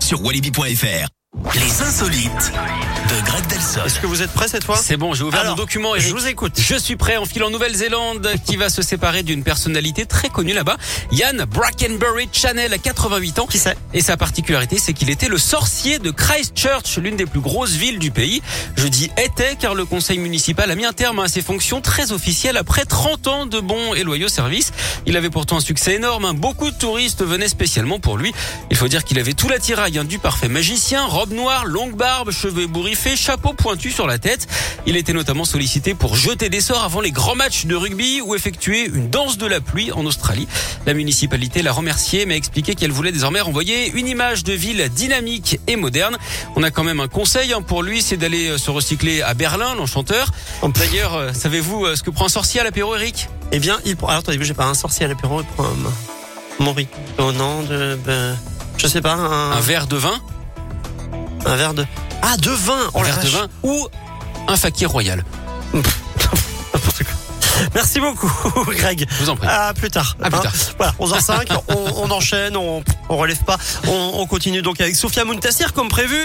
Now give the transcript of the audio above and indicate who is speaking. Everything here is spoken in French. Speaker 1: sur walibi.fr. Les insolites de Greg Delson.
Speaker 2: Est-ce que vous êtes prêt cette fois
Speaker 3: C'est bon, j'ai ouvert
Speaker 2: Alors,
Speaker 3: mon document et
Speaker 2: Je vous écoute.
Speaker 3: Je suis prêt, on file en Nouvelle-Zélande qui va se séparer d'une personnalité très connue là-bas, Yann Brackenbury Channel à 88 ans.
Speaker 2: Qui c'est
Speaker 3: Et sa particularité, c'est qu'il était le sorcier de Christchurch, l'une des plus grosses villes du pays. Je dis était car le conseil municipal a mis un terme à ses fonctions très officielles après 30 ans de bons et loyaux services. Il avait pourtant un succès énorme, hein. beaucoup de touristes venaient spécialement pour lui. Il faut dire qu'il avait tout l'attirail hein, du parfait magicien, robe noire, longue barbe, cheveux ébouriffés, chapeau pointu sur la tête. Il était notamment sollicité pour jeter des sorts avant les grands matchs de rugby ou effectuer une danse de la pluie en Australie. La municipalité l'a remercié mais a expliqué qu'elle voulait désormais renvoyer une image de ville dynamique et moderne. On a quand même un conseil hein, pour lui, c'est d'aller euh, se recycler à Berlin, l'enchanteur.
Speaker 2: Oh,
Speaker 3: D'ailleurs, euh, savez-vous euh, ce que prend un sorcier à l'apéro, Eric
Speaker 2: Eh bien, il prend. Alors, attendez, j'ai pas un sorcier à l'apéro, il prend un. Mori. Au nom de. ben, je sais pas, un,
Speaker 3: Un verre de vin,
Speaker 2: un verre de. Ah, de vin
Speaker 3: un
Speaker 2: la
Speaker 3: verre de
Speaker 2: vache.
Speaker 3: vin ou un fakir royal.
Speaker 2: N'importe quoi. Merci beaucoup, Greg.
Speaker 3: Je vous en prie.
Speaker 2: À plus tard. Hein
Speaker 3: À plus tard.
Speaker 2: Voilà, 11h05, on, on enchaîne, on, on relève pas. On, on continue donc avec Sophia Muntasir comme prévu.